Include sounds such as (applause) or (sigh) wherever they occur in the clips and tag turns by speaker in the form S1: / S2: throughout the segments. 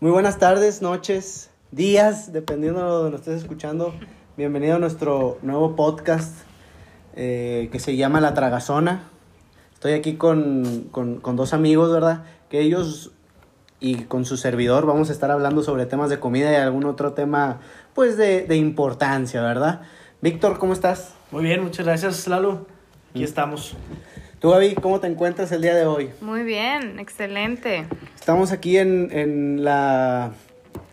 S1: Muy buenas tardes, noches, días, dependiendo de donde nos estés escuchando. Bienvenido a nuestro nuevo podcast eh, que se llama La Tragazona. Estoy aquí con, con- con dos amigos, ¿verdad? Que ellos y con su servidor vamos a estar hablando sobre temas de comida y algún otro tema, pues, de, de importancia, ¿verdad? Víctor, ¿cómo estás?
S2: Muy bien, muchas gracias, Lalo. Aquí
S1: Mm.
S2: estamos.
S1: Tú, Gaby, ¿cómo te encuentras el día de hoy?
S3: Muy bien, excelente.
S1: Estamos aquí en, en la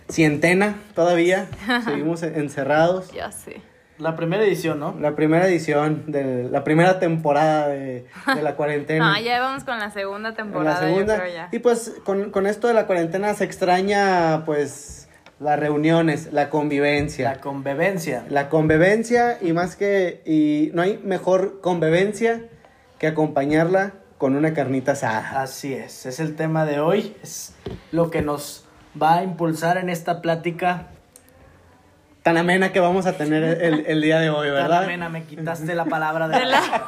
S1: cientena todavía, seguimos en- encerrados.
S3: Ya sé.
S2: La primera edición, ¿no?
S1: La primera edición, de la primera temporada de, de
S3: (laughs)
S1: la cuarentena.
S3: Ah, ya vamos con la segunda
S1: En
S3: temporada,
S1: la segunda.
S3: yo creo ya.
S1: Y pues con, con esto de la cuarentena se extraña pues las reuniones, la
S2: La
S1: convivencia,
S2: convivencia.
S1: la convivencia y más que, y no hay mejor convivencia que acompañarla con una carnita asada.
S2: Así es, es el tema de hoy. Es lo que nos va a impulsar en esta plática.
S1: Tan amena que vamos a tener el, el día de
S3: (laughs)
S1: hoy, ¿verdad?
S2: Tan amena, me quitaste la palabra de
S3: De la-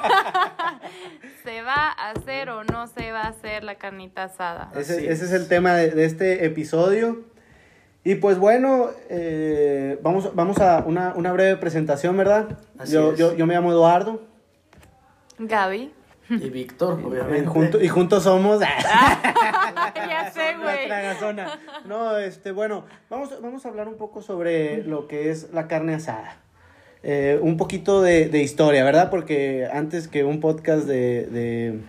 S3: ¿Se va a hacer o no se va a hacer la carnita asada?
S2: Así
S1: Ese, ese es
S2: es.
S1: el tema de, de este episodio. Y pues bueno, eh, vamos, vamos a una, una breve presentación, ¿verdad?
S2: Así
S1: Yo,
S2: es.
S1: yo, yo me llamo Eduardo.
S3: (laughs) Gaby.
S1: (laughs)
S2: Y Víctor,
S1: Eh,
S2: obviamente. Ah,
S1: junto- y juntos somos. (laughs)
S3: Ah, ya sé,
S1: La
S3: güey.
S1: tragazona. No, este, bueno, vamos, vamos a hablar un poco sobre lo que es la carne asada. Eh, un poquito de, de historia, ¿verdad? Porque antes que un podcast de, de,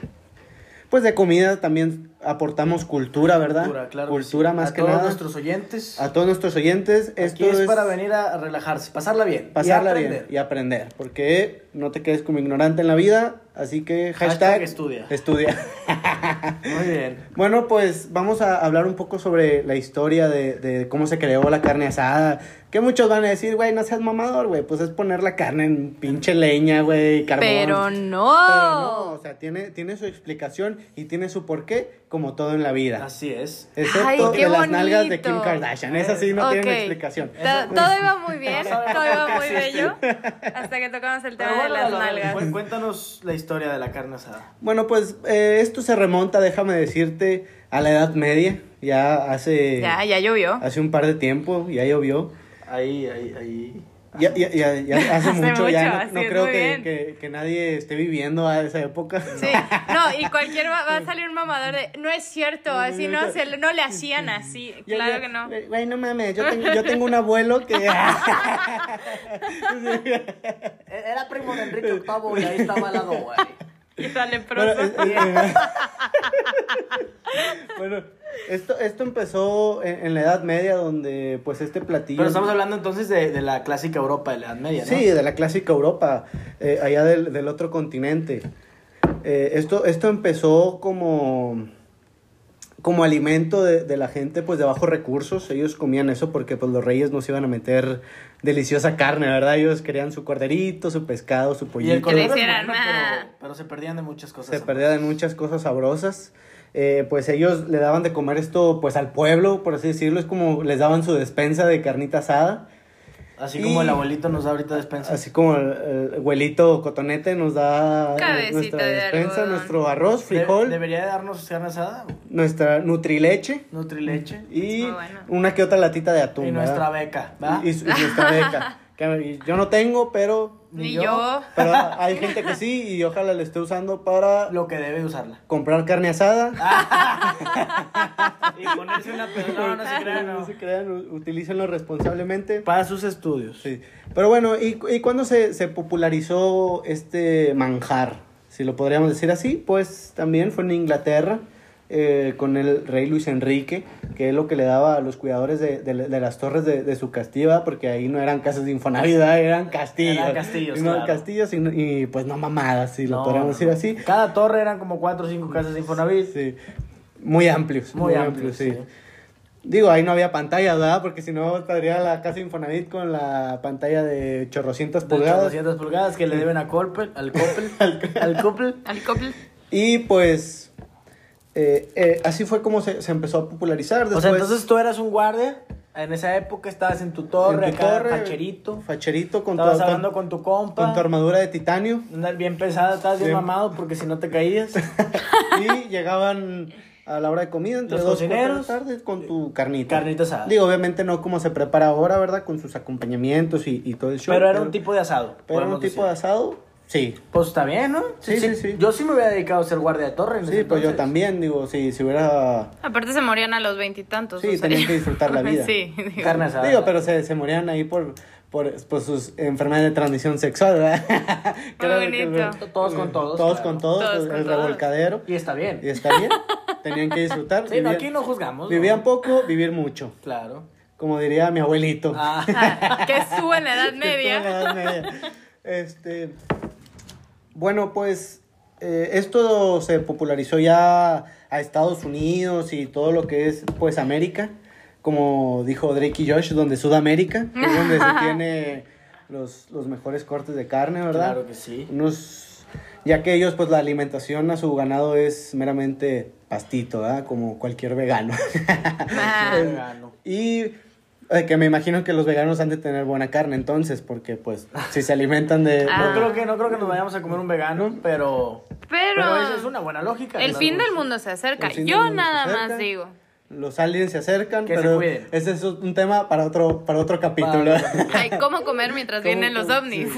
S1: pues de comida también aportamos cultura, ¿verdad?
S2: Cultura, claro.
S1: Cultura
S2: sí.
S1: más
S2: a
S1: que
S2: todos
S1: nada.
S2: nuestros oyentes.
S1: A todos nuestros oyentes, esto
S2: Aquí es, para venir a relajarse, pasarla bien. y
S1: pasarla
S2: aprender.
S1: bien y aprender, porque no te quedes como ignorante en la vida, así que hashtag,
S2: Hashtag estudia.
S1: Estudia. (laughs)
S2: Muy bien.
S1: Bueno, pues vamos a hablar un poco sobre la historia de, de cómo se creó la carne asada. Que muchos van a decir, güey, no seas mamador, güey. Pues es poner la carne en pinche leña, güey, carbón.
S3: Pero
S1: Pero no,
S3: no.
S1: o sea, tiene, tiene su explicación y tiene su porqué, como todo en la vida.
S2: Así es.
S1: Excepto
S3: Ay, qué
S1: de las nalgas de
S3: bonito.
S1: Kim Kardashian. Esa sí no
S3: Ok.
S1: tienen explicación.
S3: Ta- Todo iba muy bien,
S2: No sabemos
S3: todo
S2: por
S3: iba
S2: qué
S3: muy bello. Hasta que tocamos el tema
S2: Pero
S3: de
S2: bueno,
S3: las
S2: Lalo,
S3: nalgas.
S2: cu- Cuéntanos la historia de la carne asada.
S1: Bueno, pues eh, esto se remonta, déjame decirte, a la Edad Media. Ya hace,
S3: Ya, ya llovió.
S1: hace un par de tiempo, ya llovió.
S2: Ahí, ahí, ahí.
S1: Ya, ya, ya,
S3: (laughs)
S1: ya hace,
S3: Hace
S1: mucho, ya
S3: mucho,
S1: no- no,
S3: así es,
S1: creo
S3: muy
S1: que,
S3: bien.
S1: que, que nadie esté viviendo a esa época. (laughs)
S3: Sí, no, y cualquier va, va a salir un mamador de, no es cierto, así no, se, no le hacían así,
S1: Yo-
S3: claro
S1: yo-
S3: que no.
S1: eh, Güey, no mames, yo tengo, yo tengo un abuelo
S3: (laughs)
S1: que... (laughs)
S2: Era primo de Enrique VIII y ahí estaba la (laughs) este, doba.
S3: Y sale
S1: Bueno,
S3: pronto.
S1: es- es- bueno, esto, esto empezó en, en la Edad Media donde pues este platillo...
S2: Pero estamos hablando entonces de, de la clásica Europa de la Edad Media, ¿no?
S1: Sí, de la clásica Europa, eh, allá del, del otro continente. Eh, esto, esto empezó como, como alimento de, de la gente pues de bajos recursos. Ellos comían eso porque pues los reyes nos iban a meter deliciosa carne, ¿verdad? Ellos querían su corderito, su pescado, su
S2: Y el
S1: pollito.
S3: Que le
S2: color
S3: hicieran más.
S2: pero, pero se perdían de muchas cosas.
S1: Se perdían muchas cosas sabrosas. Eh, pues ellos le daban de comer esto pues al pueblo, por así decirlo. Es como les daban su despensa de carnita asada.
S2: Así
S1: Y-
S2: como el abuelito nos da ahorita despensa.
S1: Así como el, el abuelito cotonete nos da eh,
S3: Cabecita
S1: nuestra
S3: de
S1: despensa,
S3: algodón.
S1: nuestro arroz,
S2: De-
S1: frijol,
S2: debería de darnos carne asada,
S1: nuestra nutrileche
S2: nutrileche
S1: y
S3: muy bueno.
S1: una que otra latita de atún.
S2: y
S1: ¿verdad?
S2: nuestra beca, ¿va?
S1: Y, y su- y nuestra
S3: (laughs)
S1: beca. Que yo no tengo, pero,
S3: Ni yo.
S1: pero hay gente que sí y ojalá la esté usando para
S2: Lo que debe de usarla.
S1: comprar carne asada.
S2: Y ponerse una pelota, no se
S1: (laughs)
S2: crean,
S1: No
S2: no.
S1: se crean, u- utilícenlo responsablemente.
S2: Para sus estudios.
S1: Sí. Pero bueno, ¿y, cu- y cuándo se, se popularizó este manjar? Si lo podríamos decir así, pues también fue en Inglaterra eh, con el rey Luis Enrique, que es lo que le daba a los cuidadores de, de- de las torres de, de su castillo, ¿verdad? porque ahí no eran casas de infonavidad, eran castillos.
S2: Eran castillos,
S1: Y no,
S2: claro.
S1: castillos y, no- y, pues no mamadas, si lo
S2: No,
S1: podríamos
S2: no,
S1: decir
S2: no.
S1: así.
S2: Cada torre eran como cuatro o cinco casas de Infonavit.
S1: Sí. Muy amplios.
S2: Muy, amplios, sí.
S1: Digo, ahí no había pantalla, ¿verdad? Porque si no estaría la casa Infonavit con la pantalla de chorrocientas
S2: De
S1: pulgadas.
S2: 800 pulgadas que le deben a Corpel,
S1: (laughs)
S2: al Coppel, al, al Coppel.
S3: Alcohol.
S1: Y pues eh, eh, así fue como se, se empezó a popularizar.
S2: O
S1: Después,
S2: sea, entonces tú eras un guardia En esa época estabas en tu torre,
S1: En tu
S2: acá
S1: torre,
S2: facherito.
S1: Facherito con tu,
S2: estabas
S1: con-
S2: hablando con tu compa.
S1: con tu armadura de
S2: (laughs)
S1: titanio.
S2: Andas bien pesada, estabas bien
S1: Bien.
S2: mamado porque si no te caías.
S1: (laughs) Y llegaban a la hora de comida, entre
S2: Los
S1: dos y cuatro de la
S2: cocineros. Eh,
S1: tarde, con tu carnita.
S2: Carnita asada.
S1: Digo, obviamente no como se prepara ahora, ¿verdad? Con sus acompañamientos y, y todo el show.
S2: pero era un tipo de asado.
S1: Pero era un
S2: podemos
S1: tipo de
S2: decir.
S1: asado, sí.
S2: Pues está bien, ¿no?
S1: Sí, sí, sí.
S2: Yo sí me hubiera dedicado a ser guardia de torre. en
S1: Sí,
S2: ese
S1: pues yo
S2: entonces.
S1: también, digo, si, si hubiera...
S3: Aparte se morían a los veintitantos.
S1: Sí, tenían
S3: (laughs)
S1: que disfrutar la vida.
S3: Sí, digo. (laughs)
S2: Carne asada.
S1: Digo, pero se, se morían ahí por, por, por sus enfermedades de transmisión sexual,
S2: (laughs)
S1: ¿verdad?
S3: bonito.
S2: Todos con todos,
S1: Todos
S2: claro.
S1: con todos,
S3: Todos
S1: el,
S3: con todos.
S1: revolcadero.
S2: Y está bien.
S1: Y está bien, tenían que disfrutar.
S2: Sí, no,
S1: vivían-
S2: aquí no juzgamos. ¿no?
S1: Vivían poco, vivir mucho, (laughs)
S2: Claro.
S1: como diría mi abuelito.
S2: Ah,
S3: Ah, que estuvo en la edad
S1: Que estuvo (laughs) en
S3: media.
S1: la Edad Media. Este, bueno, pues eh, esto se popularizó ya a Estados Unidos y todo lo que es, pues, América. Como dijo Drake y Josh, donde Sudamérica es donde
S3: (laughs)
S1: se tiene los, los mejores cortes de carne, ¿verdad?
S2: claro que sí.
S1: Unos, ya que ellos, pues, la alimentación a su ganado es meramente pastito, ¿verdad? Como cualquier vegano. (laughs)
S3: Ah,
S2: Vegano.
S1: Y eh, que me imagino que los veganos han de tener buena carne entonces, porque pues si se alimentan de...
S3: Ah.
S2: No creo que no creo que nos vayamos a comer un vegano, pero
S3: Pero,
S2: pero esa es una buena lógica.
S3: el
S2: ¿verdad?
S3: fin del mundo se acerca.
S1: El fin
S3: Yo
S1: del mundo se
S3: nada
S1: acerca.
S3: más digo.
S1: Los aliens se acercan,
S2: Que se
S1: pero
S2: cuiden.
S1: ese es un tema para otro, para otro capítulo.
S2: Para otro
S3: Ay, ¿cómo comer mientras
S1: ¿Cómo
S3: vienen los
S1: comer?
S3: ovnis?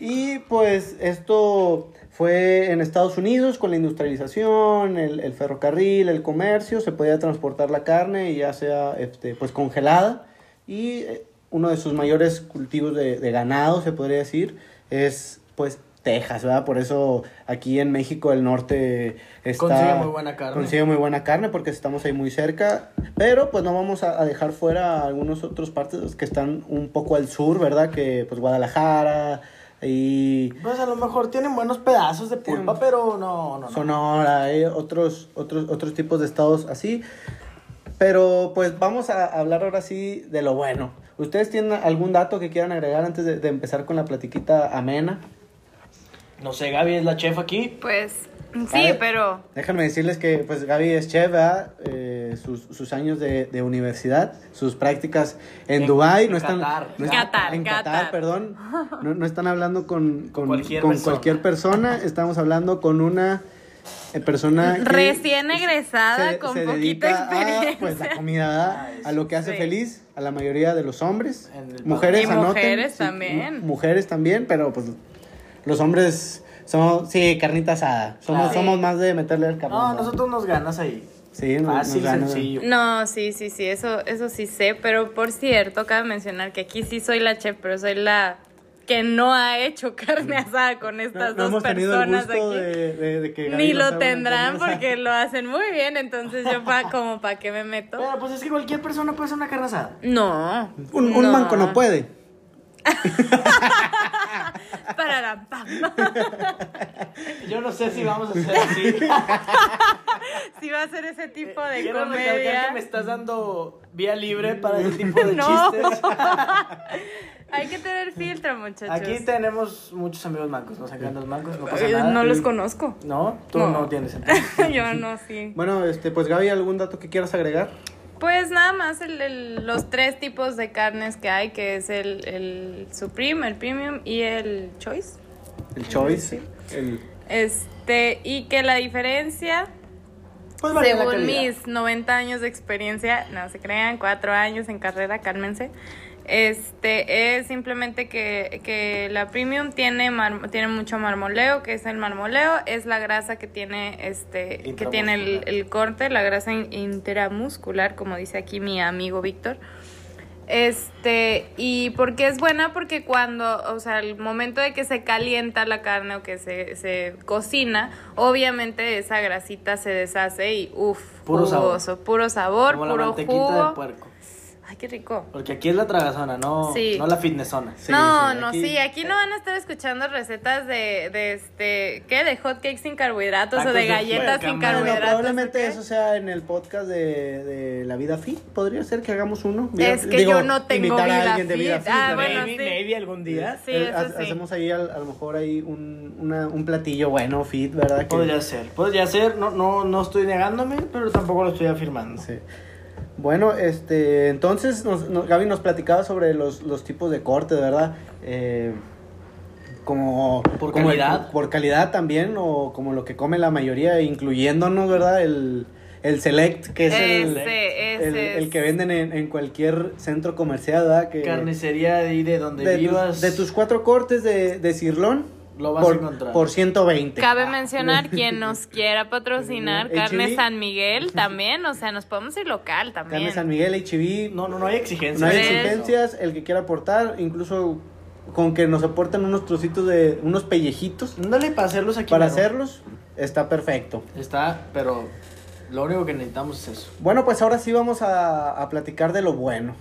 S1: y pues esto fue en Estados Unidos con la industrialización, el, el ferrocarril, el comercio, se podía transportar la carne ya sea este, pues congelada. Y eh, uno de sus mayores cultivos de, de ganado, se podría decir, es pues Texas, ¿verdad? Por eso aquí en México el norte está...
S2: Consigue muy buena carne.
S1: Consigue muy buena carne porque estamos ahí muy cerca. Pero pues no vamos a, a dejar fuera algunos otros partes que están un poco al sur, ¿verdad? Que pues Guadalajara y
S2: Pues a lo mejor tienen buenos pedazos de pulpa, pero no, no, no.
S1: Sonora, hay otros, otros, otros tipos de estados así. Pero pues vamos a hablar ahora sí de lo bueno. ¿Ustedes tienen algún dato que quieran agregar antes de, de empezar con la platiquita amena?
S2: No sé, Gaby es la chef aquí.
S3: Pues sí,
S1: Sabe-
S3: pero
S1: Déjenme decirles que pues Gaby es chef, ¿verdad? Eh, sus, sus años de, de universidad, sus prácticas en,
S2: En-
S1: Dubái,
S2: en
S1: no están...
S2: Qatar.
S1: no
S3: Qatar,
S1: en Qatar,
S3: Qatar.
S1: perdón. No, no están hablando con, con,
S2: Cualquier
S1: con
S2: persona.
S1: cualquier persona, estamos hablando con una eh, persona... que-
S3: recién egresada
S1: se-
S3: con
S1: se
S3: poquita
S1: dedica a,
S3: experiencia.
S1: pues la comida, ¿verdad?
S2: Ah, eso.
S1: a lo que hace
S3: Sí.
S1: feliz a la mayoría de los hombres.
S2: En el
S1: Mujeres
S3: Y
S1: anoten,
S3: mujeres
S1: sí,
S3: también.
S1: mu- mujeres también, pero pues los hombres somos, sí, carnita asada. Somos,
S2: Claro.
S1: somos
S3: Sí.
S1: más de meterle al carbón.
S2: No,
S1: ¿verdad?
S2: nosotros nos ganas ahí.
S1: Sí, nos-
S2: Fácil,
S1: nos ganan.
S2: sencillo.
S3: No, sí, sí, sí, eso, eso sí sé, pero por cierto, cabe mencionar que aquí sí soy la chef, pero soy la que no ha
S1: (laughs)
S3: hecho carne asada con
S1: No,
S3: estas
S1: no
S3: dos
S1: hemos tenido el
S3: personas
S1: gusto
S3: aquí.
S1: de, de- de que Gaby
S3: Ni
S1: nos haga
S3: lo
S1: una
S3: tendrán
S1: carne asada.
S3: porque lo hacen muy bien, entonces yo pa, como para qué me meto.
S2: Pero pues es que cualquier persona puede hacer una carne asada.
S3: No.
S1: Un, un manco no puede.
S3: Para la pampa.
S2: Yo no sé si vamos a
S3: (laughs)
S2: hacer así.
S3: Si va a ser ese tipo de
S2: Quiero recalcar que me
S3: comedia.
S2: estás dando vía libre para ese tipo de
S3: (laughs) No.
S2: chistes.
S3: Hay que tener filtro, muchachos.
S2: Aquí tenemos muchos amigos mancos, nos encantan los mancos, no pasa
S3: Ay,
S2: nada.
S3: Eh, No los conozco.
S2: No, tú no,
S3: No.
S2: tienes entonces.
S3: (laughs) yo no, sí.
S1: Bueno, este, pues Gaby, ¿algún dato que quieras agregar?
S3: Pues nada más el- el- los tres tipos de carnes que hay, que es el, el Supreme, el Premium y el Choice.
S1: El choice. El,
S3: Este, y que la diferencia
S2: Pues varía la
S3: Según
S2: calidad.
S3: mis 90 años de experiencia, no se crean, cuatro años en carrera, cálmense. Este es simplemente que, que la premium tiene mar- tiene mucho marmoleo, que es el marmoleo, es la grasa que tiene este que tiene el,
S2: Intramuscular.
S3: el corte, la grasa in- intramuscular, como dice aquí mi amigo Víctor. Este, y porque es buena, porque cuando, o sea, el momento de que se calienta la carne o que se, se cocina, obviamente esa grasita se deshace y uff,
S2: Puro sabor.
S3: puro sabor,
S2: Como la
S3: puro
S2: mantequita de
S3: jugo.
S2: puerco.
S3: Ay, qué rico.
S2: Porque aquí es la tragazona, no,
S3: Sí.
S2: no la fitness zona.
S1: Sí,
S3: no,
S1: sí,
S3: no,
S1: aquí-
S3: sí, aquí no van a estar escuchando recetas de, de este, ¿qué? De hot cakes sin carbohidratos
S2: Tacos
S3: o de
S2: de puerca,
S3: galletas
S2: mano.
S3: sin
S1: Bueno,
S3: carbohidratos.
S1: probablemente
S3: ¿ok?
S1: eso sea en el podcast de, de la vida fit. Podría ser que hagamos uno.
S3: Es que yo no tengo
S1: invitar a
S3: vida
S1: alguien de vida
S3: fit.
S1: fit.
S3: Ah,
S1: ¿verdad?
S3: bueno, sí.
S2: algún
S3: Sí,
S1: Eh,
S3: eso
S1: ha-
S3: sí.
S1: Hacemos ahí al- a lo mejor ahí un, una- un platillo bueno, fit, ¿verdad? Que-
S2: Podría ser, podría ser, no, no, no estoy negándome, pero tampoco lo estoy afirmando.
S1: sí. Bueno, este, entonces nos, nos- Gaby nos platicaba sobre los, los tipos de corte, ¿verdad? Eh, como
S2: Por
S1: como-
S2: calidad.
S1: por calidad también, o como lo que come la mayoría, incluyéndonos, ¿verdad? El, el select, que es el,
S3: Ese,
S1: el-
S3: ese
S1: el que
S3: es.
S1: venden en, en cualquier centro comercial, ¿verdad? Que,
S2: Carnicería de ahí de donde
S1: de, tus-
S2: vivas.
S1: de tus cuatro cortes de, de cirlón,
S2: Lo vas a
S1: por,
S2: encontrar.
S1: por 120.
S3: Cabe mencionar quien nos quiera patrocinar,
S1: Eh,
S3: Carne
S1: Chili.
S3: San Miguel también, o sea, nos podemos ir local también.
S1: Carne San Miguel, HIV,
S2: No, no, no hay exigencias.
S1: No hay
S3: Por eso.
S1: exigencias, el que quiera aportar, incluso con que nos aporten unos trocitos de unos pellejitos
S2: Ándale para hacerlos aquí.
S1: para
S2: mero.
S1: hacerlos, está perfecto.
S2: Está, pero lo único que necesitamos es eso.
S1: Bueno, pues ahora sí vamos a, a platicar de lo bueno.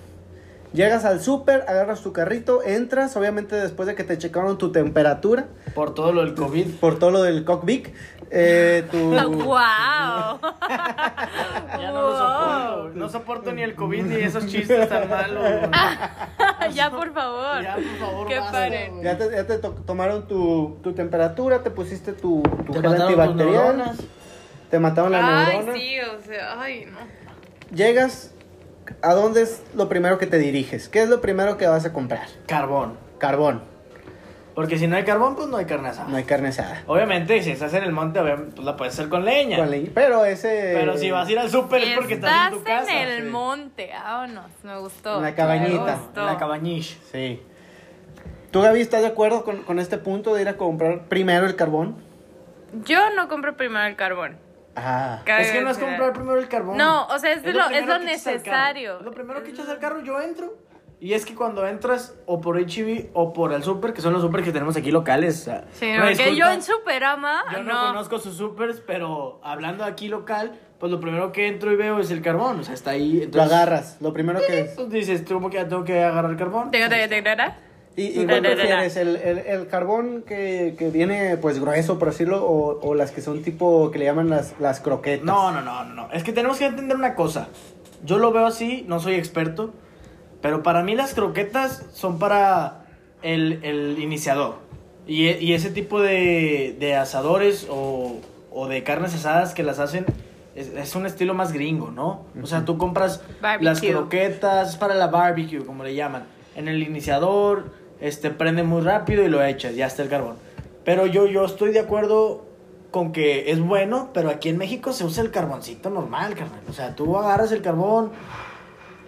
S1: Llegas al súper, agarras tu carrito, entras, obviamente después de que te checaron tu temperatura,
S2: Por todo lo del COVID.
S1: por todo lo del cockpit, eh, tu...
S3: ¡Wow!
S2: Ya no lo soporto. güey. No soporto ni el COVID ni esos chistes tan malos.
S3: (laughs)
S2: güey.
S3: ya, por favor.
S2: Ya, por favor,
S3: Que
S2: basta,
S3: paren.
S2: güey.
S1: Ya te, ya te to- tomaron tu, tu temperatura, te pusiste tu, tu
S2: Te
S1: gel
S2: mataron tus
S1: antibacterial,
S2: neuronas.
S1: te mataron la
S3: Ay,
S1: neurona.
S3: sí, o sea, ay, no.
S1: Llegas, ¿a dónde es lo primero que te diriges? ¿Qué es lo primero que vas a comprar?
S2: Carbón.
S1: Carbón,
S2: Porque si no hay carbón, pues no hay carne asada.
S1: no hay carne asada.
S2: Obviamente, si estás en el monte, obviamente, pues la puedes hacer con leña.
S1: Con leña, Pero ese...
S2: Pero si vas a ir al súper es porque estás en tu casa.
S3: el
S2: Sí.
S3: monte, vámonos, me gustó.
S1: La cabañita.
S3: Me gustó.
S2: La cabañish.
S1: Sí. ¿Tú, Gaby, estás de acuerdo con, con este punto de ir a comprar primero el carbón?
S3: Yo no compro primero el carbón.
S1: Ah.
S3: Cabe
S2: Es que no es
S3: mencionar.
S2: comprar primero el carbón.
S3: No, o sea, es de lo-
S2: primero
S3: es lo
S2: que echas al
S3: necesario.
S2: carro. Lo primero que echas al carro, yo entro. Y es que cuando entras o por HIV o por el súper, que son los súper que tenemos aquí locales. o sea,
S3: Sí,
S2: una
S3: porque yo
S2: disculpa,
S3: en Superama,
S2: yo no,
S3: no.
S2: conozco sus supers, pero hablando aquí local, pues lo primero que entro y veo es el carbón. O sea, está ahí.
S1: Lo
S2: Entonces,
S1: agarras, lo primero que es.
S2: Entonces dices, ¿tú cómo que ya tengo que agarrar el carbón?
S3: Tengo- tengo- tengo- tengo-
S1: ¿Y, y cuál
S3: Ra, ra, ra, ra.
S1: prefieres? ¿El, el, el carbón que, que viene, pues, grueso, por decirlo, o, o las que son tipo, que le llaman las, las croquetas?
S2: No, no, no, no, no. Es que tenemos que entender una cosa. Yo lo veo así, no soy experto, pero para mí las croquetas son para el, el iniciador. Y, e- y ese tipo de, de asadores o, o de carnes asadas que las hacen es, es un estilo más gringo, ¿no? O sea, tú compras
S3: Barbecue.
S2: las croquetas es para la barbecue, como le llaman. En el iniciador, este, prende muy rápido y lo echas, ya está el carbón. Pero yo, yo estoy de acuerdo con que es bueno, pero aquí en México se usa el carboncito normal, carnal. O sea, tú agarras el carbón,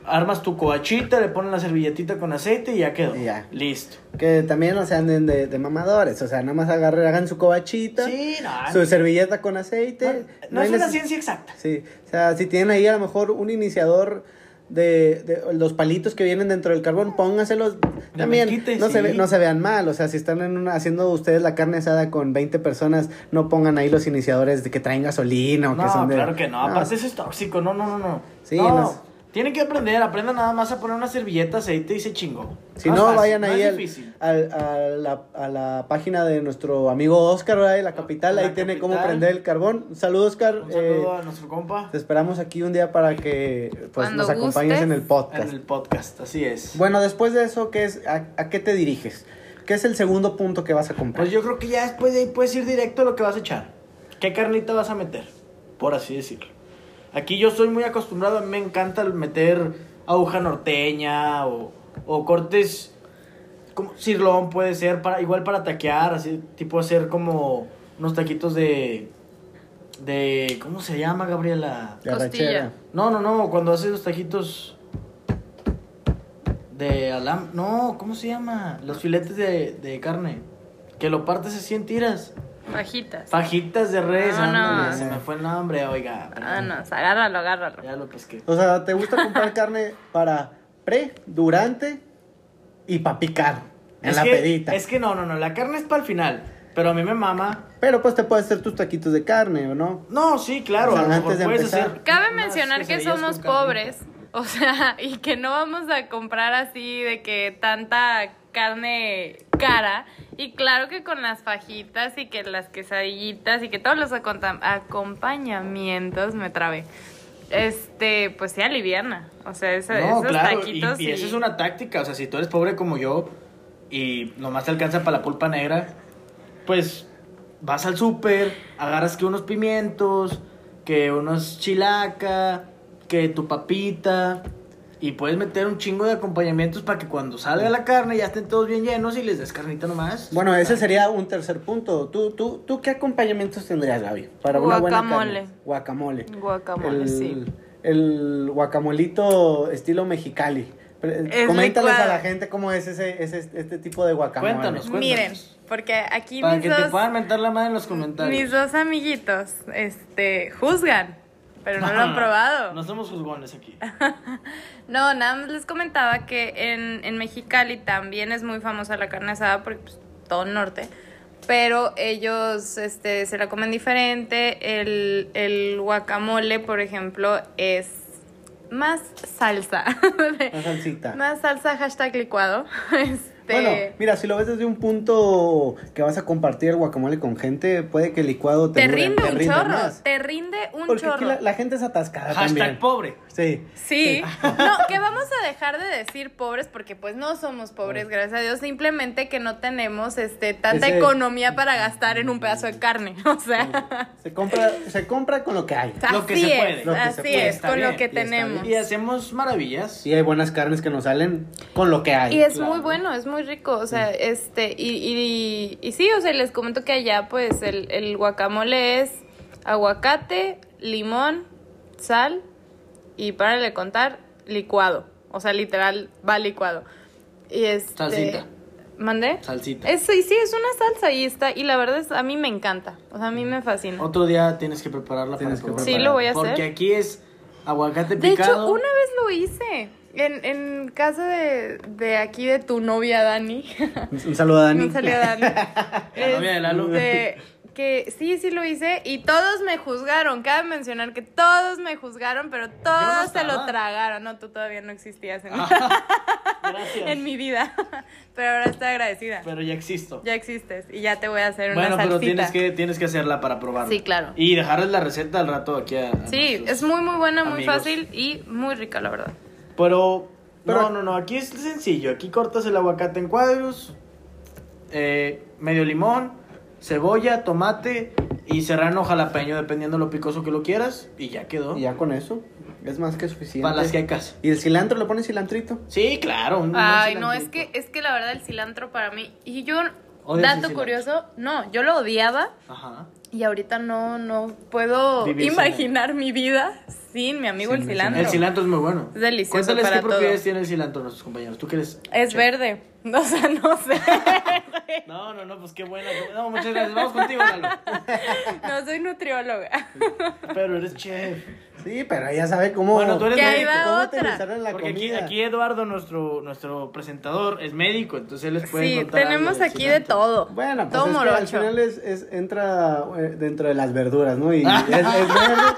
S2: armas tu coachita, le pones la servilletita con aceite y ya quedó.
S1: Y ya.
S2: Listo.
S1: Que también no se anden de, de mamadores, o sea, nada más agarren, hagan su cobachita.
S2: Sí, no.
S1: Su servilleta con aceite.
S2: no, no
S1: hay
S2: es una
S1: neces-
S2: ciencia exacta.
S1: Sí, o sea, si tienen ahí a lo mejor un iniciador de, de los palitos que vienen dentro del carbón, pónganselos también.
S2: mezquite,
S1: no, se ve-
S2: sí.
S1: no se vean mal, o sea, si están en una- haciendo ustedes la carne asada con 20 personas, no pongan ahí los iniciadores de que traen gasolina o
S2: No,
S1: que son de...
S2: claro que no. Aparte eso es tóxico. No, no, no, no.
S1: Sí,
S2: no.
S1: no es-
S2: Tienen que aprender. Aprendan nada más a poner una servilleta, aceite y se chingó.
S1: Si
S2: es
S1: no,
S2: fácil,
S1: vayan
S2: no
S1: ahí
S2: es
S1: al-
S2: difícil.
S1: al- a, la, a la página de nuestro amigo Oscar, ¿verdad? De la capital,
S2: La
S1: ahí tiene cómo
S2: capital.
S1: prender el carbón. Un saludo, Oscar.
S2: Un
S1: eh,
S2: saludo a nuestro compa
S1: Te esperamos aquí un día para que pues,
S3: Cuando
S1: nos acompañes
S3: gustes.
S1: en el
S2: en
S1: podcast.
S2: el podcast. Así es.
S1: Bueno, después de eso, ¿qué es, a, a qué te diriges? ¿Qué es el segundo punto que vas a comprar?
S2: Pues yo creo que ya después de ahí puedes ir directo a lo que vas a echar. ¿Qué carnita vas a meter? Por así decirlo. Aquí yo soy muy acostumbrado, a mí me encanta el meter aguja norteña o, o cortes como cirlón puede ser, para, igual para taquear, así tipo hacer como unos taquitos de... de ¿Cómo se llama, Gabriela?
S1: De arrachera.
S3: Costilla.
S2: No, no, no, cuando haces los taquitos de alam... No, ¿cómo se llama? Los filetes de, de carne. Que lo partes así en tiras.
S3: Fajitas.
S2: Fajitas de res.
S3: Ah, no.
S2: ándale, Se me fue el nombre, oiga.
S3: Ah, no, agárralo, agárralo.
S2: Ya lo pesqué.
S1: O sea, ¿te gusta comprar carne para pre, durante y para picar en
S2: es
S1: la
S2: que,
S1: pedita?
S2: Es que no, no, no. La carne es para el final. Pero a mí me mama.
S1: Pero pues te puedes hacer tus taquitos de carne, ¿o no?
S2: No, sí, claro.
S1: O sea,
S2: a lo mejor
S1: antes de
S2: puedes
S1: empezar.
S2: hacer
S3: Cabe
S2: unas
S3: mencionar que
S2: quesadillas
S3: somos
S2: con carnita.
S3: pobres, o sea, (laughs) y que no vamos a comprar así de que tanta carne cara. Y claro que con las fajitas y que las quesadillitas y que todos los acon- acompañamientos, me trabé, este, pues sea liviana. O sea,
S2: (laughs)
S3: eso-
S2: No,
S3: esos
S2: claro, y,
S3: taquitos
S2: y
S3: y-
S2: esa es una táctica. O sea, si tú eres pobre como yo y nomás te alcanza para la pulpa negra, pues vas al súper, agarras que unos pimientos, que unos chilaca, que tu papita. Y puedes meter un chingo de acompañamientos para que cuando salga la carne ya estén todos bien llenos y les des carnita nomás.
S1: Bueno, ese sería un tercer punto. ¿Tú, tú, tú qué acompañamientos tendrías, Gaby? Para una buena
S3: Guacamole.
S1: carne? Guacamole.
S3: Guacamole,
S1: el,
S3: sí.
S1: El guacamolito estilo mexicali. Pero,
S3: Es
S1: Coméntales
S3: licuado.
S1: a la gente cómo es ese, ese- este tipo de guacamole.
S2: Cuéntanos.
S3: Miren, porque aquí
S2: Para
S3: mis
S2: que te
S3: dos,
S2: puedan mentar la madre en los comentarios.
S3: mis dos amiguitos este, juzgan, pero no,
S2: (laughs)
S3: lo han
S2: No
S3: probado.
S2: somos juzgones aquí.
S1: Ah,
S3: No, nada más les comentaba que en, en Mexicali también es muy famosa la carne asada porque pues, todo el norte. Pero ellos este, se la comen diferente. El, el guacamole, por ejemplo, es más salsa. (laughs)
S1: Una salsita.
S3: más salsa hashtag licuado. (laughs) Este,
S1: Ah. Bueno, mira, si lo ves desde un punto que vas a compartir el guacamole con gente, puede que el licuado te,
S3: te
S1: dure-
S3: rinde
S1: te
S3: un
S1: rinde
S3: chorro.
S1: más.
S3: Te rinde un
S1: Porque aquí
S3: chorro.
S1: la, la gente es atascada
S2: Hashtag
S1: también.
S2: pobre.
S1: Sí.
S3: Sí. No, que vamos a dejar de decir pobres porque pues no somos pobres, gracias a Dios, simplemente que no tenemos este tanta
S1: Ese-
S3: economía para gastar en un pedazo de carne, (laughs) o sea.
S1: Se compra, se compra con lo que hay.
S2: Lo que
S3: así
S2: se
S3: es,
S2: puede.
S1: Lo que se
S3: así
S1: puede,
S3: es,
S2: está
S3: con lo
S2: bien,
S3: que
S1: y está
S3: tenemos.
S2: Y hacemos maravillas.
S1: Sí, hay buenas carnes que nos salen con lo que hay.
S3: Y es
S2: claro.
S3: muy bueno, es muy rico, o sea, este, y, y, y sí, o sea, les comento que allá, pues, el, el guacamole es aguacate, limón, sal, y para de contar, licuado, o sea, literal, va licuado. Y este...
S2: Salsita.
S3: ¿Mandé?
S2: Salsita.
S3: Es, sí, sí, es una salsa y está, y la verdad es, a mí me encanta, o sea, a mí me fascina.
S2: Otro día tienes que prepararla
S1: Tienes que
S2: para probar.
S1: Sí, lo
S3: voy a
S2: Porque
S3: hacer.
S2: aquí es aguacate
S3: De
S2: picado.
S3: hecho, una vez lo hice, en, en casa de, de aquí de tu novia, Dani.
S1: Un un saludo a Dani.
S3: No salió Dani.
S2: (laughs) La novia de Lalo.
S3: Este, que sí, sí lo hice y todos me juzgaron. Cabe mencionar que todos me juzgaron, pero
S2: Yo no
S3: todos se
S2: estaba.
S3: lo tragaron. No, tú todavía no existías en,
S2: Gracias.
S3: (laughs) en mi vida, (laughs) pero ahora estoy agradecida.
S2: Pero ya existo.
S3: Ya existes y ya te voy a hacer una
S2: bueno, pero
S3: salsita.
S2: tienes que, tienes que hacerla para probarla.
S3: Sí, claro.
S2: Y dejarles la receta al rato aquí a. a
S3: Sí,
S2: nuestros-
S3: es muy muy buena, muy
S2: amigos.
S3: fácil y muy rica, la verdad.
S2: Pero,
S1: Pero-
S2: No, no, no. Aquí es sencillo. Aquí cortas el aguacate en cuadros. eh, medio limón. Cebolla, tomate. Y serrano jalapeño, dependiendo lo picoso que lo quieras. Y ya quedó.
S1: Y ya con eso, es más que suficiente.
S2: para las quecas.
S1: ¿Y el cilantro le pones cilantrito?
S2: Sí, claro. un- un
S3: Ay, no, es
S2: cilantrito.
S3: que es que la verdad el cilantro para mí y yo
S2: Odias el
S3: dato
S2: cilantro.
S3: curioso, no, yo lo odiaba.
S2: Ajá.
S3: Y ahorita no, no puedo
S2: Vivir sin
S3: imaginar mi vida sin mi amigo
S1: Sin
S3: el
S1: mi
S3: cilantro.
S2: El cilantro es muy bueno.
S3: Ah, Es delicioso
S2: Cuéntales
S3: para
S2: qué propiedades
S3: todo.
S2: tiene el cilantro nuestros compañeros. ¿Tú crees?
S3: Es verde. (laughs) O sea, no sé.
S2: No, no, no, pues qué buena. No, muchas gracias. Vamos (laughs) contigo, Lalo.
S3: No soy nutrióloga.
S2: Pero eres chef.
S1: Sí, pero ella sabe cómo.
S2: Bueno, tú eres
S3: Que ahí
S2: médico.
S3: va
S1: cómo
S3: otra.
S1: utilizarla en la
S2: Porque aquí,
S1: comida.
S2: aquí Eduardo, nuestro, nuestro presentador, es médico, entonces él les puede
S3: Sí,
S2: contar algo
S3: tenemos
S2: del
S3: aquí de
S2: cilantro.
S3: todo.
S1: Bueno, pues
S3: todo
S1: es que al
S3: morocho.
S1: final es, es- entra eh, dentro de las verduras,
S3: (laughs)
S1: ¿no? Y es, es verde,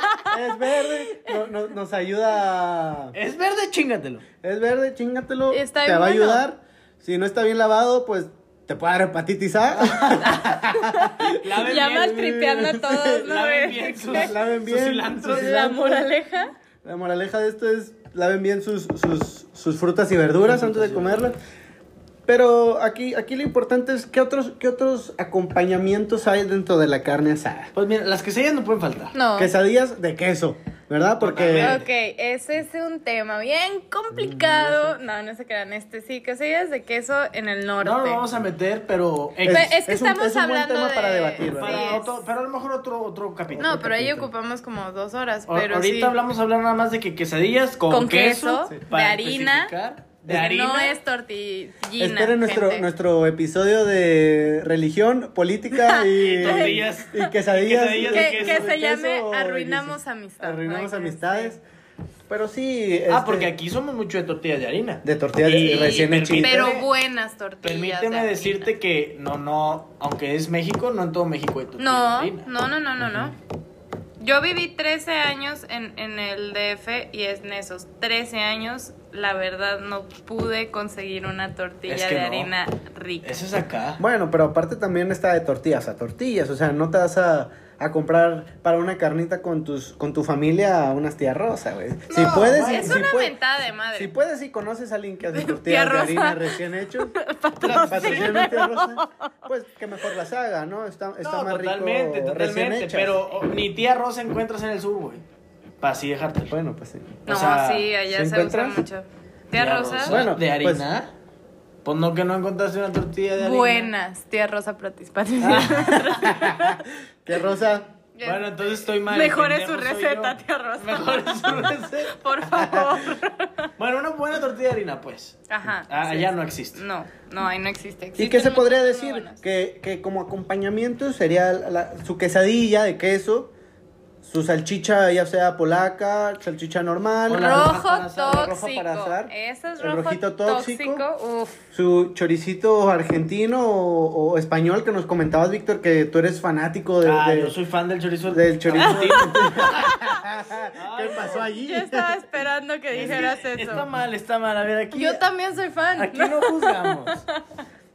S1: es verde, no- no- nos ayuda. a-
S2: Es verde, chingatelo.
S1: Es verde, chingatelo,
S3: Está
S1: te
S3: bien
S1: va a
S3: bueno.
S1: ayudar. Si no está bien lavado, pues te puede dar hepatitis A.
S2: Laven
S3: Ya
S2: bien,
S3: maltripeando a todos,
S2: (laughs)
S3: ¿no? (laughs)
S2: laven bien sus,
S1: Laven bien
S2: sus cilantros.
S1: sus
S3: La
S1: cilantro.
S3: moraleja.
S1: La moraleja de esto es laven bien sus, sus, sus frutas y verduras antes de comerlas. Pero aquí, aquí lo importante es qué otros, qué otros acompañamientos hay dentro de la carne asada.
S2: Pues mira, las quesadillas no pueden faltar.
S3: No.
S1: Quesadillas de queso, ¿verdad? Porque
S2: Totalmente.
S3: Ok, ese es un tema bien
S1: Mm,
S3: complicado. No, no se crean. Este sí, quesadillas de queso en el norte.
S2: No lo vamos a meter, pero...
S3: Pe-
S1: Es-
S3: es,
S1: es
S3: que
S1: un-
S3: estamos
S1: es un buen
S3: hablando
S1: tema
S3: de...
S1: para debatir, ¿verdad?
S3: Sí,
S2: para
S3: es-
S2: otro- pero a lo mejor otro, otro capítulo.
S3: No, pero ahí
S1: capítulo.
S3: ocupamos como dos horas.
S2: O-
S3: Pero
S2: ahorita
S3: sí.
S2: hablamos hablar nada más de que quesadillas con,
S3: Con queso,
S2: queso,
S3: de
S2: para
S3: harina,
S2: especificar,
S3: Que
S2: de harina.
S3: No es tortillina.
S1: esperen nuestro,
S3: gente.
S1: nuestro episodio de religión,
S3: (laughs)
S1: política y,
S2: Y tortillas.
S1: y quesadillas.
S2: Y quesadillas de
S3: Que, que
S2: queso,
S3: se llame
S1: queso,
S3: Arruinamos
S1: delicioso.
S3: Amistad.
S1: Arruinamos
S3: Ay,
S1: amistades.
S3: sí.
S1: Pero sí.
S2: Ah,
S1: este,
S2: porque aquí somos mucho de tortillas de harina.
S1: De tortillas
S2: Y
S1: recién
S2: permíteme-
S1: hechitas.
S3: Pero buenas tortillas.
S2: Permíteme
S3: de
S2: decirte que no, no, aunque es México, no en todo México hay
S3: harina.
S2: tortillas de
S3: No,
S2: harina.
S3: no, no, no, no, no. Yo viví 13 años en, en el DF y es en esos 13 años, la verdad, no pude conseguir una tortilla
S2: Es que
S3: de
S2: no.
S3: harina rica.
S2: Eso es acá.
S1: Bueno, pero aparte también está de tortillas a tortillas. O sea, no te vas a, a comprar para una carnita con tus con tu familia unas tía rosa, güey. si
S2: No,
S1: puedes,
S2: güey.
S1: si,
S3: es
S1: si
S3: una
S1: puedes-
S3: mentada de madre.
S1: si puedes y conoces a alguien que hace
S3: Tía
S1: tortillas de
S3: Rosa.
S1: harina recién
S3: (laughs)
S1: hechas, patrocina tía rosa, pues que mejor las haga, ¿no? Está, está
S2: No,
S1: más rico
S2: totalmente,
S1: recién
S2: totalmente.
S1: hechas.
S2: Pero oh, ni tía Rosa encuentras en el sur, güey. Para así dejártelo.
S1: Bueno, pues sí.
S3: No,
S2: sea,
S3: sí, allá
S1: ¿sí
S3: se usa
S1: encuentras?
S3: mucho. Tía Rosa,
S1: Bueno,
S2: ¿De
S1: pues-
S2: harina? Pues, no, que no encontraste una tortilla de harina.
S3: buenas, tía Rosa Pratis- Patricia. (laughs)
S1: Tía Rosa,
S3: Ya.
S2: Ah. Bueno, entonces estoy mal.
S3: Mejor
S2: el
S3: es su
S2: pendejo soy
S3: receta,
S2: yo.
S3: tía Rosa.
S2: Mejor es su receta.
S3: Por favor.
S2: Bueno, una buena tortilla de harina, pues.
S3: Ajá.
S2: Ah,
S3: sí,
S2: allá
S3: sí.
S2: no existe.
S3: No, no, ahí no existe.
S1: ¿Y
S3: Existen
S1: qué se podría
S3: muchas
S1: decir?
S3: muy buenas.
S1: Que, que como acompañamiento sería la- la- su quesadilla de queso, su salchicha ya sea polaca, salchicha normal,
S2: O la roja para
S3: Rojo
S2: azar, la roja
S3: tóxico.
S1: para azar,
S3: Ese es
S1: el
S3: rojo
S1: rojito tóxico.
S3: tóxico. Uf.
S1: su choricito argentino o, o español que nos comentabas, Víctor, que tú eres fanático de,
S2: ah,
S1: de-
S2: yo soy fan del chorizo.
S1: del chorizo. (laughs)
S2: Ay,
S1: pasó allí?
S3: Yo estaba
S1: (laughs)
S3: esperando que dijeras
S2: Está
S3: eso.
S2: mal, está mal. A ver, aquí.
S3: Yo también soy fan.
S2: Aquí no juzgamos.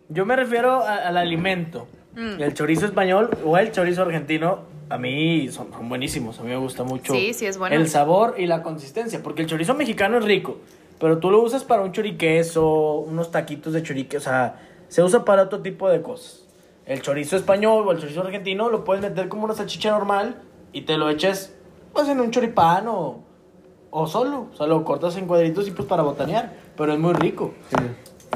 S2: Yo me refiero a- al alimento.
S3: Mm.
S2: El chorizo español o el chorizo argentino, a mí son, son buenísimos. A mí me gusta mucho.
S3: Sí, sí, es bueno.
S2: El sabor y la consistencia. Porque el chorizo mexicano es rico. Pero tú lo usas para un choriqueso, unos taquitos de chorique. O sea, se usa para otro tipo de cosas. El chorizo español o el chorizo argentino lo puedes meter como una salchicha normal y te lo eches pues, en un choripán o, o solo. O sea, lo cortas en cuadritos y pues para botanear. Pero es muy rico.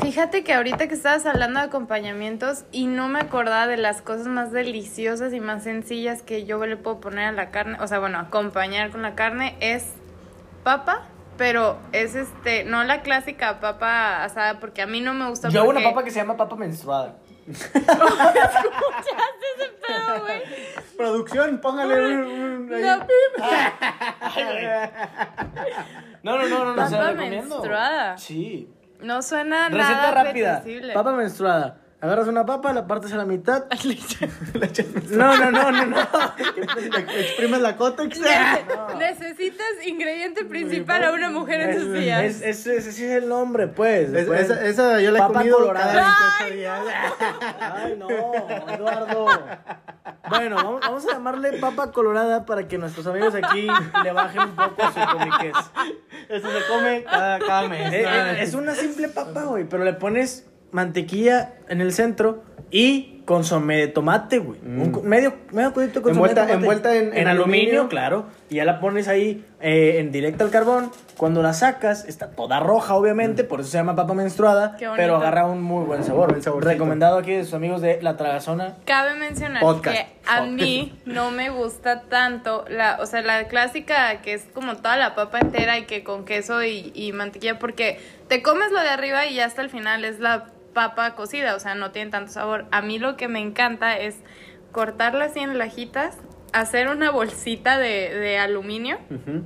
S3: Fíjate que ahorita que estabas hablando de acompañamientos y no me acordaba de las cosas más deliciosas y más sencillas que yo le puedo poner a la carne, o sea, bueno, acompañar con la carne es papa, pero es este, no la clásica papa asada porque a mí no me gusta
S2: Yo hago una
S3: porque-
S2: papa que se llama papa menstruada.
S3: Pero, güey,
S1: Producción, póngale un... un- ahí.
S3: la
S2: No, no, no, no, no se la
S3: Papa
S2: recomiendo.
S3: menstruada.
S2: Sí.
S3: no suena
S2: Receta
S3: nada
S2: rápida.
S3: apetecible.
S2: Papa menstruada. Agarras una papa, la partes a la mitad.
S3: (laughs)
S2: (laughs) No, no, no, no, no.
S1: Exprimes la cótex.
S3: Nece- (laughs) Necesitas ingrediente principal a una mujer en sus días.
S2: Es, es, ese sí es el nombre, pues.
S1: Es-
S2: Después-
S1: esa, esa yo la he
S2: Papa
S1: comido
S2: colorada.
S1: cada 28 días.
S2: Ay, no, Eduardo. Bueno, vamos, vamos a llamarle papa colorada para que nuestros amigos aquí le bajen un poco a su comiquez.
S1: Eso se come cada, cada mes.
S2: Eh, eh, es una simple papa, güey, pero le pones mantequilla en el centro y consomé de tomate, güey. Un cu- medio, medio cubito de consomé
S1: Mm. Envuelta-
S2: de tomate.
S1: envuelta en- en
S2: aluminio,
S1: aluminio.
S2: claro. Y ya la pones ahí eh, en directo al carbón. Cuando la sacas, está toda roja, obviamente,
S1: Mm.
S2: por eso se llama papa menstruada.
S3: Qué bonito.
S2: Pero agarra un muy buen sabor.
S1: Buen saborcito.
S2: Recomendado aquí de sus amigos de La Tragazona.
S3: Cabe mencionar
S1: Podcast.
S3: que a mí no me gusta tanto la, o sea, la clásica que es como toda la papa entera y que con queso y, y mantequilla, porque te comes lo de arriba y ya hasta el final es la papa cocida, o sea, no tiene tanto sabor. A mí lo que me encanta es cortarla así en lajitas, hacer una bolsita de, de aluminio,
S1: Ujú.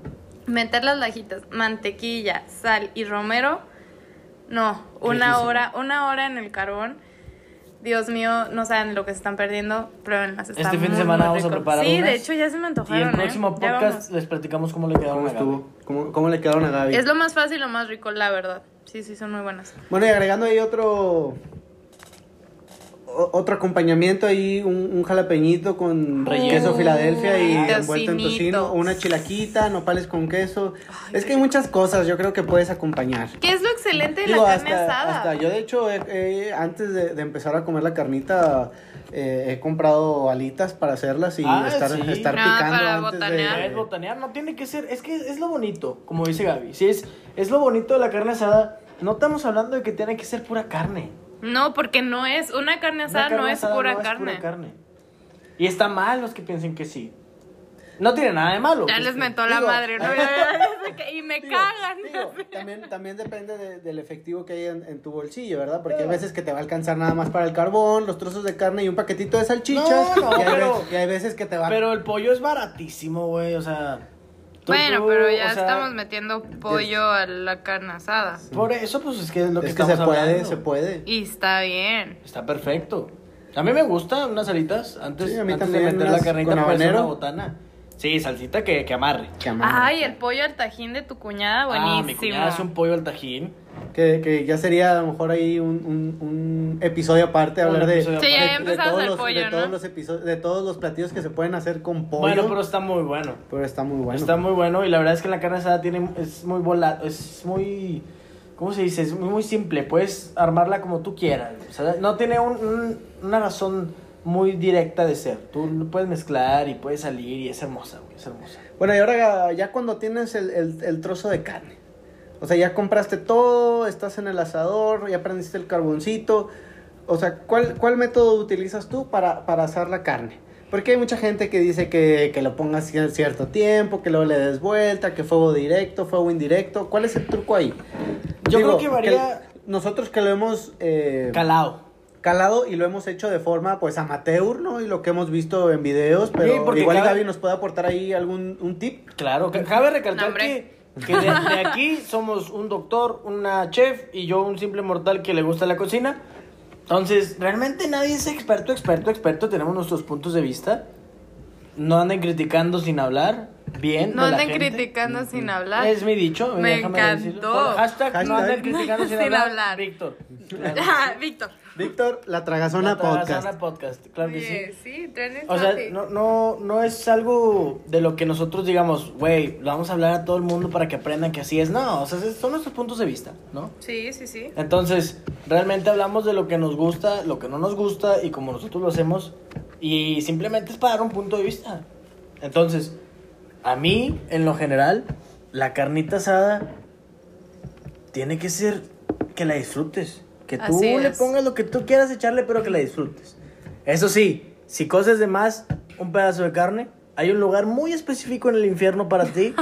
S3: meter las lajitas, mantequilla, sal y romero. No, una
S2: Riquísimo.
S3: hora, una hora en el carbón. Dios mío, no saben lo que se están perdiendo, pruébenlas. está
S2: Este fin de
S3: muy,
S2: semana
S3: muy
S2: vamos a
S3: rico.
S2: preparar
S3: Sí,
S2: unas.
S3: de hecho ya se
S2: Y
S3: me
S2: en
S3: antojaron.
S2: el próximo
S3: ¿eh? Ya
S2: podcast
S3: vamos.
S2: les platicamos cómo le quedaron
S1: ¿Cómo
S2: a Gaby.
S1: estuvo? ¿Cómo, cómo le quedaron a Gaby?
S3: Es lo más fácil y lo más rico, la verdad. Sí, sí, son muy buenas.
S1: Bueno, y agregando ahí otro o- otro acompañamiento ahí, un, un jalapeñito con
S2: Relleno.
S1: queso Filadelfia y
S3: Tocinito.
S1: envuelto en tocino, o una chilaquita, nopales con queso. es que hay muchas cosas, yo creo que puedes acompañar.
S3: ¿Qué es lo excelente de
S1: Digo,
S3: la carne
S1: hasta-
S3: asada?
S1: hasta yo de hecho, eh, eh, antes de, de empezar a comer la carnita, eh, he comprado alitas para hacerlas y
S2: Ah,
S1: estar,
S2: sí.
S1: estar
S3: Ah,
S1: picando
S3: para
S1: antes
S3: botanear.
S2: Es
S1: de...
S2: botanear, no tiene que ser, es que es lo bonito, como dice Gaby, sí, es, es lo bonito de la carne asada, no estamos hablando de que tiene que ser pura carne.
S3: No, porque no es. Una carne
S2: Una
S3: asada
S2: carne
S3: no es
S2: asada
S3: pura
S2: no es
S3: carne.
S2: carne. Y está mal los que piensen que sí. No tiene nada de malo.
S3: Ya
S2: pues,
S3: les
S2: que-
S3: mentó la
S1: digo-
S3: madre. ¿no? y me
S1: Digo,
S3: cagan.
S1: digo, también, también depende de- del efectivo que hay en, en tu bolsillo, ¿verdad? Porque hay
S2: Claro.
S1: veces que te va a alcanzar nada más para el carbón, los trozos de carne y un paquetito de salchichas.
S2: No, no,
S1: y, hay
S2: pero-
S1: veces, y hay veces que te va
S2: Pero el pollo es baratísimo, güey, o sea... tú-
S3: Bueno,
S2: tú,
S3: pero
S2: o
S3: ya
S2: sea,
S3: estamos metiendo pollo a la carne asada.
S2: Por eso, pues, es que es lo que
S1: Es que se
S2: estamos
S1: puede,
S2: hablando.
S1: se puede.
S3: Y está bien.
S2: Está perfecto. A mí me gustan unas alitas antes,
S1: Sí, a mí
S2: antes de
S1: también,
S2: meter la
S1: unas
S2: carnita
S1: con
S2: para hacer
S1: habanero.
S2: una botana. Sí, salsita que, que amarre.
S1: Que,
S3: Ay, el pollo al tajín de tu cuñada,
S2: Ah, mi
S3: buenísimo.
S2: cuñada hace un pollo al tajín.
S1: que, que ya sería a lo mejor ahí un, un- un episodio aparte,
S2: Un
S1: hablar de,
S2: episodio Sí, ya
S1: de-
S3: empezamos
S1: todos
S3: al
S1: los,
S3: pollo,
S1: de
S3: ¿no?
S1: todos los episodios, de todos los platillos que se pueden hacer con pollo.
S2: Bueno, pero
S1: pero,
S2: está muy bueno.
S1: está muy bueno.
S2: Está muy bueno y la verdad es que la carne asada tiene, es muy volátil, es muy... ¿Cómo se dice? Es muy, muy simple. Puedes armarla como tú quieras. O sea, no tiene un- un- una razón muy directa de ser. Tú lo puedes mezclar y puedes salir y es hermosa, güey, es hermosa.
S1: Bueno, y ahora ya cuando tienes el, el- el trozo de carne, o sea, ya compraste todo, estás en el asador, ya prendiste el carboncito, o sea, ¿cuál, cuál método utilizas tú para, para asar la carne? Porque hay mucha gente que dice que, que lo pongas cier- cierto tiempo, que luego le des vuelta, que fuego directo, fuego indirecto. ¿Cuál es el truco ahí?
S2: Yo creo que varía-
S1: nosotros que lo hemos... eh,
S2: Calao.
S1: calado y lo hemos hecho de forma pues amateur, ¿no? Y lo que hemos visto en videos, pero
S2: Sí, porque
S1: igual y
S2: cada-
S1: Gaby nos puede aportar ahí algún un tip.
S2: Claro, ca- cabe
S3: No,
S2: recalcar que,
S3: hombre.
S2: que de, de aquí somos un doctor, una chef y yo un simple mortal que le gusta la cocina. Entonces, realmente nadie es experto, experto, experto. Tenemos nuestros puntos de vista. No anden criticando sin hablar. Bien.
S3: No
S2: de la
S3: anden
S2: gente.
S3: criticando sin hablar.
S2: Es mi dicho. eh,
S3: Me
S2: déjame
S3: encantó.
S2: decirlo. Hashtag, no
S1: Hashtag.
S2: anden criticando sin,
S3: (laughs) Sin
S2: hablar.
S3: hablar.
S2: Víctor.
S3: (laughs) (laughs) Ah, Víctor.
S1: Víctor, la tragazona podcast.
S2: Zona podcast. Claro que sí.
S3: Oye, sí, traen el
S2: O sea,
S3: papi.
S2: no, no, no es algo de lo que nosotros digamos, güey, lo vamos a hablar a todo el mundo para que aprendan que así es. No, o sea, son nuestros puntos de vista, ¿no?
S3: Sí, sí, sí.
S2: Entonces, realmente hablamos de lo que nos gusta, lo que no nos gusta y como nosotros lo hacemos. Y simplemente es para dar un punto de vista. Entonces, a mí, en lo general, la carnita asada tiene que ser que la disfrutes. Que tú
S3: Así
S2: le
S3: es.
S2: pongas lo que tú quieras echarle, pero que la disfrutes. Eso sí, si coces de más un pedazo de carne, hay un lugar muy específico en el infierno para
S3: (laughs)
S2: ti.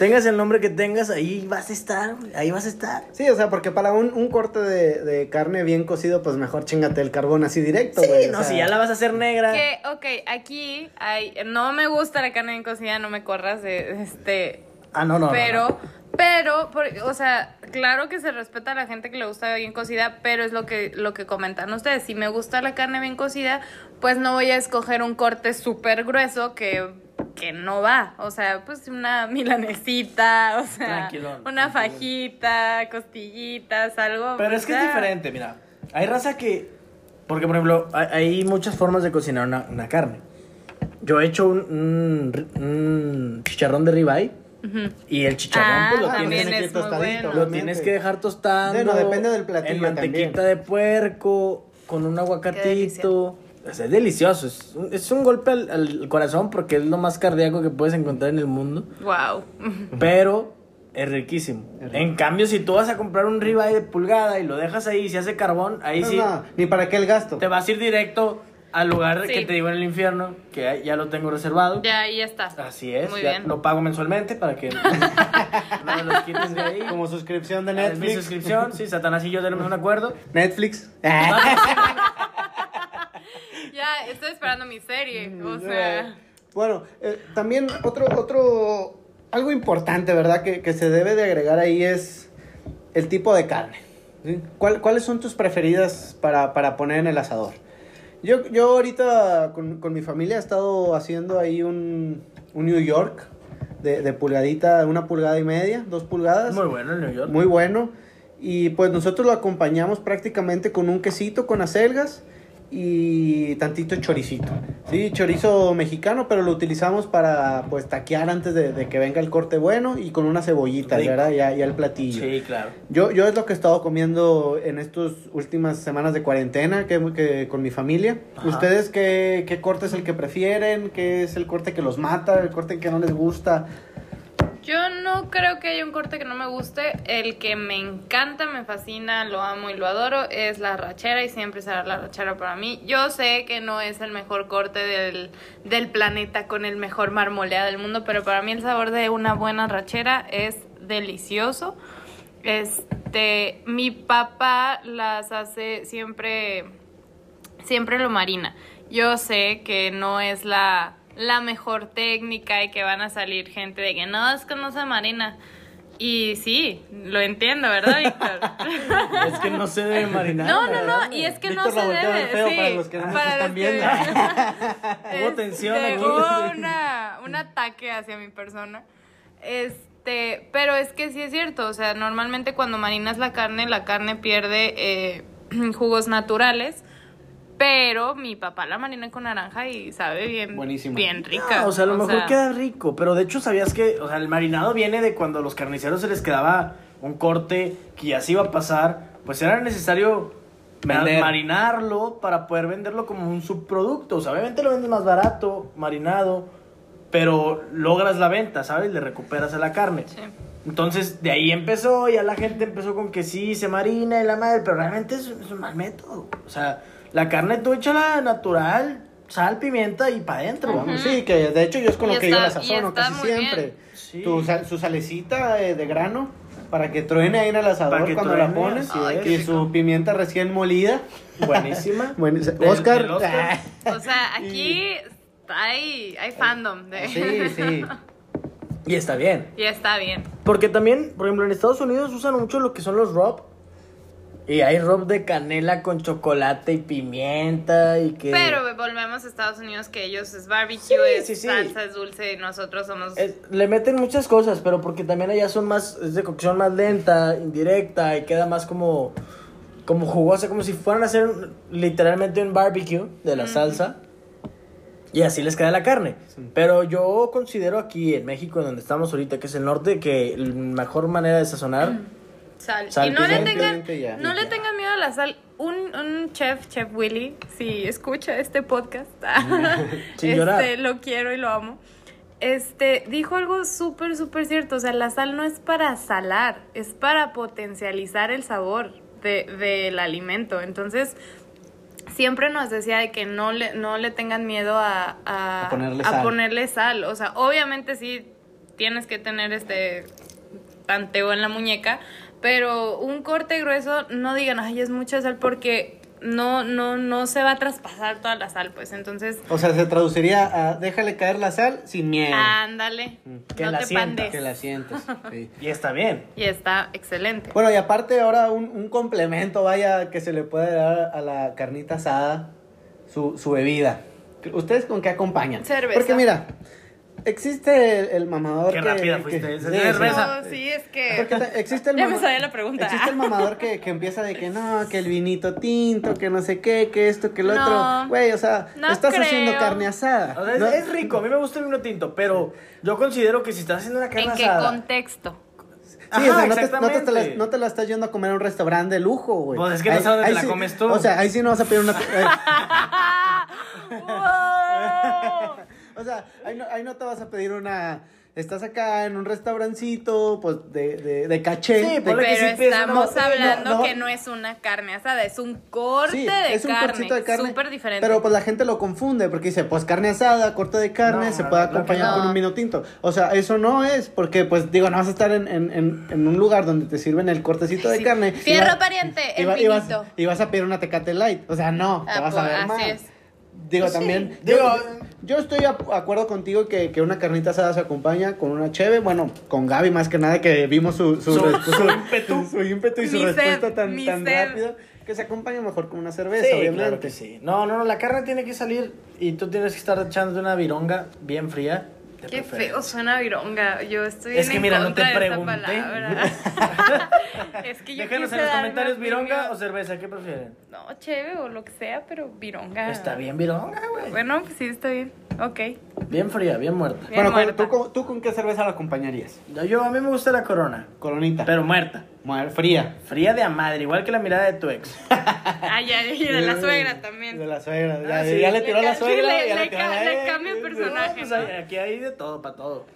S2: tengas el nombre que tengas, ahí vas a estar, güey, ahí vas a estar.
S1: Sí, o sea, porque para un, un corte de, de carne bien cocido, pues mejor chingate el carbón así directo,
S2: Sí,
S1: güey, o
S2: no,
S1: sea.
S2: si ya la vas a hacer negra.
S3: Que, ok, aquí hay, no me gusta la carne en cocida, no me corras de este.
S2: Ah, no, no. no,
S3: pero,
S2: no.
S3: pero, por- o sea, claro que se respeta a la gente que le gusta bien cocida, pero es lo que, lo que comentan ustedes. Si me gusta la carne bien cocida, pues no voy a escoger un corte súper grueso que, que no va. O sea, pues una milanesita, o sea,
S2: Tranquilón, tranquilón.
S3: una fajita, costillitas, algo.
S2: Pero es que es
S3: ya.
S2: diferente, mira. Hay raza que. Porque, por ejemplo, hay, hay muchas formas de cocinar una, una carne. Yo he hecho un, un ri- un chicharrón de ribeye. Y el chicharrón,
S3: Ah,
S2: pues, lo
S1: también
S2: tienes,
S3: también
S1: aquí
S3: es muy
S1: tostadito,
S3: bueno.
S2: lo tienes que dejar tostando.
S1: Bueno, depende del platillo
S2: En mantequita
S1: también.
S2: de puerco, con un
S3: Qué delicia.
S2: aguacatito. O sea, es delicioso. Es un, es un golpe al, al corazón porque es lo más cardíaco que puedes encontrar en el mundo.
S3: Wow.
S2: Pero es riquísimo. En cambio, si tú vas a comprar un ribeye de pulgada y lo dejas ahí y se hace carbón, ahí
S1: No,
S2: sí
S1: no, ni para qué el gasto.
S2: te vas a ir directo al lugar
S3: Sí.
S2: que te digo en el infierno, que ahí ya lo tengo reservado.
S3: (laughs) Ya, ahí está.
S2: Así es,
S3: Muy
S2: ya
S3: bien.
S2: lo pago mensualmente
S1: (laughs)
S2: para que no me los quiten de ahí.
S1: Como suscripción de
S2: Es mi
S1: Netflix.
S2: suscripción, sí, Satanás y yo tenemos
S1: (laughs)
S2: un acuerdo.
S1: Netflix. Ah.
S3: Ya, estoy esperando mi serie. O sea.
S1: Bueno, eh, también otro, otro, algo importante, ¿verdad? Que, que se debe de agregar ahí es el tipo de carne. ¿sí? ¿Cuál- ¿Cuáles son tus preferidas para, para poner en el asador? Yo, yo ahorita con, con mi familia he estado haciendo ahí un, un New York de, de pulgadita, una pulgada y media, dos pulgadas.
S2: Muy bueno en New York.
S1: Muy bueno. Y pues nosotros lo acompañamos prácticamente con un quesito con acelgas y tantito choricito. Sí, chorizo mexicano, pero lo utilizamos para pues taquear antes de, de que venga el corte bueno y con una cebollita,
S2: Rico.
S1: ¿verdad? Ya, ya el platillo.
S2: Sí, claro.
S1: Yo, yo es lo que he estado comiendo en estas últimas semanas de cuarentena que, que con mi familia.
S2: Ajá.
S1: ¿Ustedes qué, qué corte es el que prefieren? ¿Qué es el corte que los mata? ¿El corte que no les gusta?
S3: Yo no creo que haya un corte que no me guste. El que me encanta, me fascina, lo amo y lo adoro es la rachera y siempre será la rachera para mí. Yo sé que no es el mejor corte del, del planeta con el mejor marmoleada del mundo, pero para mí el sabor de una buena rachera es delicioso. Este, mi papá las hace siempre siempre lo marina. Yo sé que no es la, la mejor técnica y que van a salir gente de que no, es que no se marina. Y sí, lo entiendo, ¿verdad, Víctor?
S2: Es que no
S1: (laughs)
S2: se debe marinar.
S3: No, no, no, y es que
S1: Víctor
S3: no
S1: la
S3: se
S1: voltea a ver
S3: debe.
S1: feo
S3: sí,
S1: para los que no nos
S3: para
S1: están
S3: los (laughs)
S1: viendo.
S3: que-
S2: Hubo tensión
S3: Este,
S2: aquí.
S3: hubo una- un ataque hacia mi persona. Este, pero es que sí es cierto, o sea, normalmente cuando marinas la carne, la carne pierde eh, (clears throat) jugos naturales. Pero mi papá la marina con naranja y sabe bien,
S1: Buenísima.
S3: bien rica.
S2: Ah, o sea, a lo mejor
S3: sea,
S2: queda rico, pero de hecho sabías que, o sea, el marinado viene de cuando a los carniceros se les quedaba un corte que ya se iba a pasar, pues era necesario
S1: Vender.
S2: marinarlo para poder venderlo como un subproducto. O sea, obviamente lo vendes más barato, marinado, pero logras la venta, ¿sabes? Le recuperas a la carne.
S3: Sí.
S2: Entonces, de ahí empezó, ya la gente empezó con que sí, se marina y la madre, pero realmente es, es un mal método. O sea, la carne tú échala natural, sal, pimienta y para adentro, vamos.
S1: Sí, que de hecho yo es con
S3: Y
S1: lo que
S3: está-
S1: yo la
S3: y
S1: sazono
S3: está
S1: casi
S3: muy
S1: siempre.
S2: Sí.
S1: Tu sal- su salecita de, de grano para que truene ahí en el
S2: Para
S1: asador
S2: que
S1: cuando la
S2: truene,
S1: pones.
S2: así
S1: y
S2: es.
S1: y su pimienta recién molida.
S2: Buenísima.
S1: Bueno,
S2: Del-
S1: Oscar.
S2: del Oscar.
S1: (laughs)
S3: O sea, aquí hay, hay fandom de...
S1: Sí, sí.
S2: Y está bien.
S3: (laughs) y está bien.
S2: Porque también, por ejemplo, en Estados Unidos usan mucho lo que son los rob. Y hay rob de canela con chocolate y pimienta y que...
S3: Pero volvemos a Estados Unidos que ellos es barbecue,
S2: Sí,
S3: es
S2: sí, sí.
S3: salsa, es dulce, y nosotros somos...
S2: Es- Eh, le meten muchas cosas, pero porque también allá son más... Es de cocción más lenta, indirecta y queda más como... Como jugosa, como si fueran a hacer un- literalmente un barbecue de la salsa. Y así les queda la carne. Pero yo considero aquí en México, en donde estamos ahorita, que es el norte, que la mejor manera de sazonar...
S3: Sal.
S2: Sal,
S3: y no le
S2: pimienta,
S3: tengan,
S1: pimienta y ya.
S3: no
S1: Y
S3: le
S1: ya.
S3: tengan miedo a la sal. Un, un chef, Chef Willy, si escucha este podcast, (laughs)
S2: (laughs) Sin llorar.
S3: este, lo quiero y lo amo. Este, dijo algo súper, súper cierto. O sea, la sal no es para salar, es para potencializar el sabor de- del alimento. Entonces, siempre nos decía de que no le, no le tengan miedo a, a,
S1: A ponerle
S3: a
S1: sal.
S3: ponerle sal. O sea, obviamente sí tienes que tener este tanteo en la muñeca, pero un corte grueso no digan, ay, es mucha sal porque no, no, no se va a traspasar toda la sal, pues entonces,
S1: O sea, se traduciría a déjale caer la sal sin miedo.
S3: ándale,
S2: Que
S3: no
S2: la
S3: te
S2: sienta,
S3: pandes.
S1: Que la sientas. sí.
S2: Y está bien.
S3: Y está excelente.
S1: Bueno, y aparte ahora un, un complemento, vaya, que se le puede dar a la carnita asada, su, su bebida. ¿Ustedes con qué acompañan?
S3: Cerveza.
S1: Porque mira, existe el, el mamador
S2: Qué
S1: que...
S2: rápida
S1: que-
S2: fuiste, es
S1: sí,
S2: cerveza.
S3: No, sí, es
S1: Porque
S3: que
S1: ta- existe el
S3: Eh, ya
S1: mama-
S3: me sabía la pregunta.
S1: Existe el mamador que, que empieza de que no, que el vinito tinto, que no sé qué, que esto, que lo
S3: No.
S1: otro. Güey, o sea,
S3: No
S1: estás
S3: creo.
S1: haciendo carne asada.
S2: O sea, es,
S1: No-
S2: es rico, a mí me gusta el vino tinto, pero yo considero que si estás haciendo una carne
S3: ¿En qué
S2: asada,
S3: contexto?
S1: Sí,
S2: Ajá,
S1: o sea, no te, no te- te la,
S2: exactamente.
S1: no te la estás yendo a comer a un restaurante de lujo, güey.
S2: Pues es que no sé dónde te la
S1: sí-
S2: comes tú.
S1: O sea, ahí sí no vas a pedir una. (laughs) eh,
S3: (laughs) ¡Wow!
S1: o sea, ahí no, ahí no te vas a pedir una. Estás acá en un restaurancito, pues de, de, de caché.
S2: Sí,
S1: de-
S2: ponle que
S3: Pero
S2: sí piensa, no,
S3: estamos
S1: no,
S3: hablando
S1: no.
S3: que no es una carne asada, es un corte
S1: Sí,
S3: de,
S1: es un
S3: carne,
S1: cortito de carne.
S3: súper diferente.
S1: Pero pues la gente lo confunde porque dice, pues carne asada, corte de carne,
S2: No,
S1: se
S2: no,
S1: puede
S2: no,
S1: acompañar
S3: no.
S1: con un vino tinto. O sea, eso no es porque, pues digo, no vas a estar en, en- en- en un lugar donde te sirven el cortecito de
S3: Sí.
S1: carne.
S3: Fierro
S1: Y va-
S3: pariente,
S1: y
S3: el
S1: va- y vas-
S3: vinito.
S1: Y vas a pedir una tecate light. O sea, no, te
S3: Ah,
S1: vas a
S3: pues,
S1: ver
S3: así
S1: mal.
S3: es. Pues
S1: Digo, también.
S2: Digo,
S1: yo, yo estoy de ap- acuerdo contigo que, que una carnita asada se acompaña con una cheve. Bueno, con Gaby más que nada, que vimos su, su,
S2: Su-
S1: respu-
S2: su ímpetu.
S1: su ímpetu y su
S3: Mi sed,
S1: respuesta tan,
S3: mi
S1: tan
S3: sed.
S1: rápida. Que se acompaña mejor con una cerveza,
S2: sí,
S1: obviamente.
S2: claro que sí. No, no, no, la carne tiene que salir y tú tienes que estar echando una vironga bien fría. de
S3: Qué
S2: preferencia.
S3: feo suena vironga. Yo estoy
S2: Es
S3: en
S2: que mira, no
S3: contra
S2: te
S3: de esa
S2: pregunté. (laughs)
S3: palabra. es que yo
S2: Déjenos
S3: quise
S2: en los
S3: darme
S2: comentarios
S3: un
S2: vironga
S3: premio.
S2: o cerveza, ¿qué prefieren?
S3: No, chévere o lo que sea, pero vironga.
S2: Está bien vironga, güey.
S3: Bueno, pues sí, está bien.
S2: (laughs)
S3: Ok.
S2: Bien fría, bien muerta.
S3: Bien
S1: Bueno,
S3: muerta.
S1: ¿tú, con- tú con qué cerveza la acompañarías?
S2: Yo, a mí me gusta la corona,
S1: Coronita.
S2: pero muerta.
S1: Muer- fría.
S2: Fría de a madre, igual que la mirada de tu ex.
S3: Ah, ya, y de la suegra también.
S1: De la suegra. Ya,
S2: Ah, sí.
S1: ya le
S2: Le
S1: tiró a la
S3: ca- sí,
S1: suegra.
S3: le-
S1: ya
S3: le
S1: tiró a
S3: ca-
S1: la-
S3: le
S1: eh,
S3: cambia el
S1: eh,
S3: personaje.
S2: No, pues aquí hay de todo, para todo.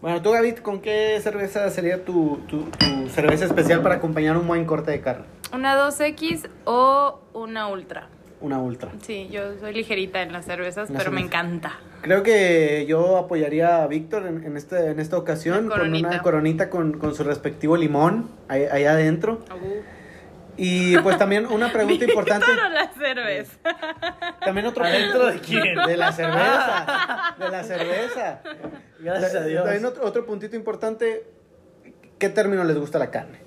S1: Bueno, tú, Gaby, ¿con qué cerveza sería tu, tu- tu cerveza especial para acompañar un buen corte de carne?
S3: Una 2X o una ultra.
S1: Una ultra.
S3: Sí, yo soy ligerita en las cervezas,
S1: Las
S3: pero me
S1: cervezas.
S3: encanta.
S1: Creo que yo apoyaría a Víctor en, en este, en esta ocasión
S3: Una
S1: con una
S3: coronita.
S1: coronita con, con su respectivo limón ahí, ahí adentro. Y pues también una pregunta Uh. importante.
S3: (laughs) Víctor o la cerveza.
S1: También otro
S2: ¿Adentro
S1: punto
S2: de quién?
S1: De la cerveza. De la cerveza.
S2: Gracias a Dios.
S1: También otro, otro puntito importante. ¿Qué término les gusta la carne?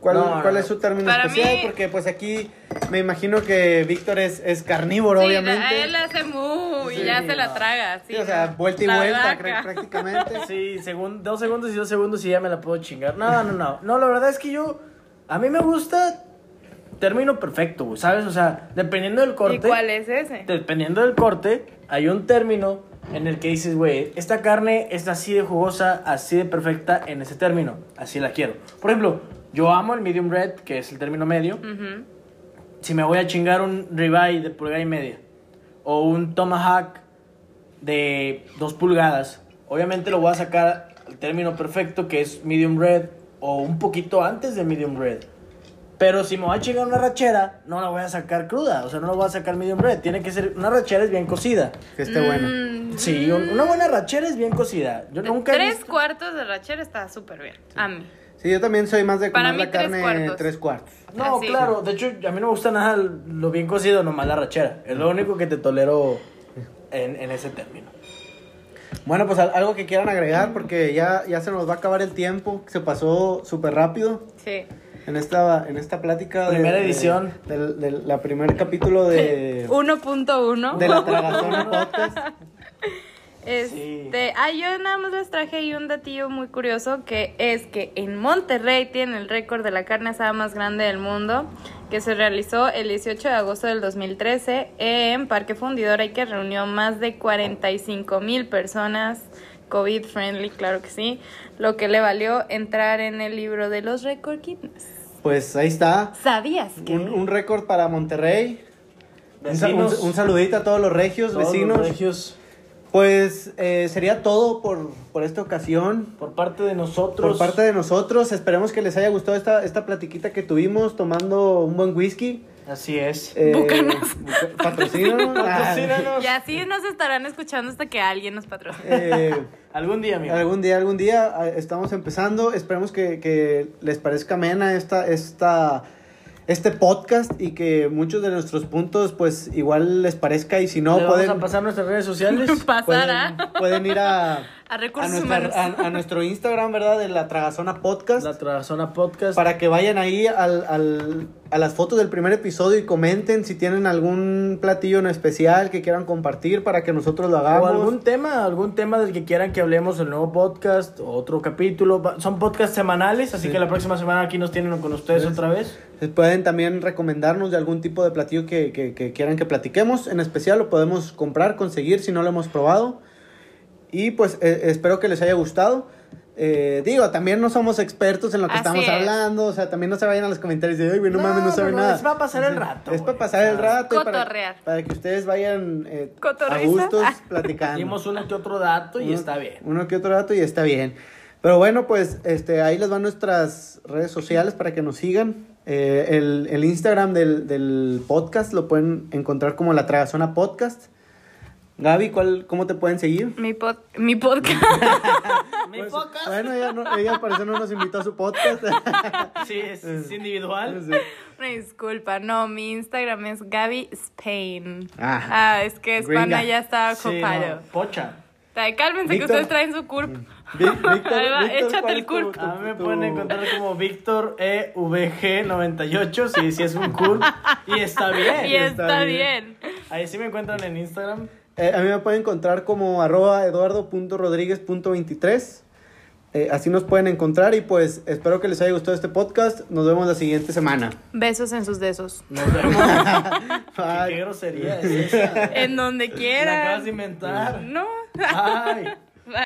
S1: ¿Cuál,
S2: No, no,
S1: cuál
S2: no.
S1: es su término
S3: Para
S1: especial?
S3: mí-
S1: Porque pues aquí me imagino que Víctor es, es carnívoro,
S3: Sí,
S1: obviamente.
S3: a él le hace muy y
S2: Sí,
S3: ya se la
S2: no.
S3: traga. Sí,
S1: Sí, o sea, vuelta y
S3: La
S1: vuelta
S3: vaca.
S1: cra- prácticamente.
S2: Sí, segun- dos segundos y dos segundos y ya me la puedo chingar. No, no, no. No, la verdad es que yo. A mí me gusta término perfecto, güey, ¿sabes? O sea, dependiendo del corte.
S3: ¿Y cuál es ese?
S2: Dependiendo del corte, hay un término en el que dices, güey, esta carne está así de jugosa, así de perfecta en ese término. Así la quiero. Por ejemplo, yo amo el medium red, que es el término medio.
S3: Ujú.
S2: si me voy a chingar un ribeye de pulgada y media o un tomahawk de dos pulgadas, obviamente lo voy a sacar al término perfecto que es medium red o un poquito antes de medium red. Pero si me voy a chingar una rachera, no la voy a sacar cruda, o sea, no la voy a sacar medium red. Tiene que ser, una rachera es bien cocida.
S1: Que esté este
S3: Mm.
S1: bueno.
S2: Sí, un- una buena rachera es bien cocida. Yo nunca he
S3: tres
S2: visto-
S3: cuartos de rachera está súper bien. A mí.
S1: Sí, yo también soy más de
S3: Para
S1: comer
S3: mí,
S1: la
S3: tres
S1: carne
S3: cuartos.
S1: tres cuartos.
S2: No,
S3: Así.
S2: claro, de hecho a mí no me gusta nada lo bien cocido, nomás la rachera. Es lo único que te tolero en, en ese término.
S1: Bueno, pues al- algo que quieran agregar, porque ya, ya se nos va a acabar el tiempo. Se pasó súper rápido
S3: Sí.
S1: en esta, en esta plática. de-
S2: Primera
S1: de-
S2: edición.
S1: Del, del- la primer capítulo
S2: (laughs)
S1: de,
S3: 1.1.
S1: Eh, de la Tragazona Podcast.
S3: Este, ah, yo nada más les traje ahí un datillo muy curioso que es que en Monterrey tiene el récord de la carne asada más grande del mundo que se realizó el 18 de agosto del 2013 en Parque Fundidora y que reunió más de 45 mil personas COVID friendly, claro que sí, lo que le valió entrar en el libro de los récord Guinness.
S1: Pues ahí está.
S3: ¿Sabías que?
S1: Un, un récord para Monterrey. Un, sa- un,
S2: Vecinos,
S1: un saludito a todos los regios,
S2: todos los
S1: vecinos.
S2: regios,
S1: Pues eh, sería todo por, por esta ocasión.
S2: por parte de nosotros.
S1: Por parte de nosotros, esperemos que les haya gustado esta, esta platiquita que tuvimos tomando un buen whisky.
S2: Así es.
S1: Eh,
S3: Búcanos.
S1: buca- Patrocínanos.
S2: (laughs) Patrocínanos.
S3: Y así nos estarán escuchando hasta que alguien nos patrocine.
S1: Eh,
S2: Algún día, amigo.
S1: algún día, algún día ah, estamos empezando. Esperemos que, que les parezca amena esta, esta, este podcast y que muchos de nuestros puntos, pues igual les parezca. Y si no,
S2: Le
S1: pueden,
S2: vamos a pasar nuestras redes sociales.
S1: (laughs)
S3: Pasar
S1: pueden,
S3: a,
S1: pueden ir
S2: (laughs)
S1: a,
S3: a
S1: a,
S3: recursos humanos.
S1: nuestra- a- a nuestro Instagram, ¿verdad? De la Tragazona Podcast.
S2: la Tragazona Podcast.
S1: Para que vayan ahí al, al- a las fotos del primer episodio y comenten si tienen algún platillo en especial que quieran compartir para que nosotros lo
S2: o
S1: hagamos.
S2: algún tema, algún tema del que quieran que hablemos, el nuevo podcast, o otro capítulo. Va- Son podcasts semanales, así
S1: Sí.
S2: que la próxima semana aquí nos tienen con ustedes otra vez.
S1: Pueden también recomendarnos de algún tipo de platillo que, que- que quieran que platiquemos. En especial lo podemos comprar, conseguir si no lo hemos probado. Y pues eh, espero que les haya gustado. Eh, digo, también no somos expertos en lo que
S3: Así
S1: estamos
S3: es.
S1: hablando. O sea, también no se vayan a los comentarios de, ay, güey, no, mames, no saben nada.
S2: Es para pasar el rato.
S1: Es para
S2: güey.
S1: pasar el rato. y para-
S3: Cotorrear.
S1: Para, que ustedes vayan eh, a
S3: Cotorriza.
S1: gustos platicando.
S2: Dimos uno que otro dato y
S1: Uno-
S2: está bien.
S1: Uno que otro dato y está bien. Pero bueno, pues este, ahí les van nuestras redes sociales para que nos sigan. Eh, el, el Instagram del, del podcast lo pueden encontrar como La Tragazona Podcast. Gaby, ¿cuál, ¿cómo te pueden seguir?
S3: Mi, pod- mi podcast.
S1: Pues, Bueno, ella, no- ella al parecer no nos invitó a su
S3: (laughs)
S1: podcast. (laughs)
S2: Sí, es, es individual.
S1: Sí.
S3: Una disculpa, no, mi Instagram es Gaby Spain.
S1: Ah.
S3: Ah, es que
S1: Gringa.
S3: España ya está
S2: Sí,
S3: ocupado.
S2: no, Pocha.
S3: Ta- Cálmense
S1: Víctor.
S3: que ustedes traen su curp.
S1: Vic- Víctor,
S3: Ahí va,
S1: Víctor,
S3: échate
S1: ¿cuál
S3: el
S1: es tu-
S3: culp.
S1: tu-
S2: A mí me
S1: tu-
S2: pueden encontrar como Víctor E EVG98, si, si es un cool. Y está bien.
S3: (laughs) Y está,
S1: está bien.
S3: bien.
S2: Ahí sí me encuentran en Instagram.
S1: Eh, a mí me pueden encontrar como arroba eduardo.rodríguez.23. Eh, así nos pueden encontrar y pues espero que les haya gustado este podcast. Nos vemos la siguiente semana.
S3: Besos en sus besos.
S2: Nos vemos.
S1: Bye.
S2: Qué grosería es esa.
S3: en donde
S2: La
S3: quieran.
S2: acabas de inventar.
S3: No.
S2: Ay.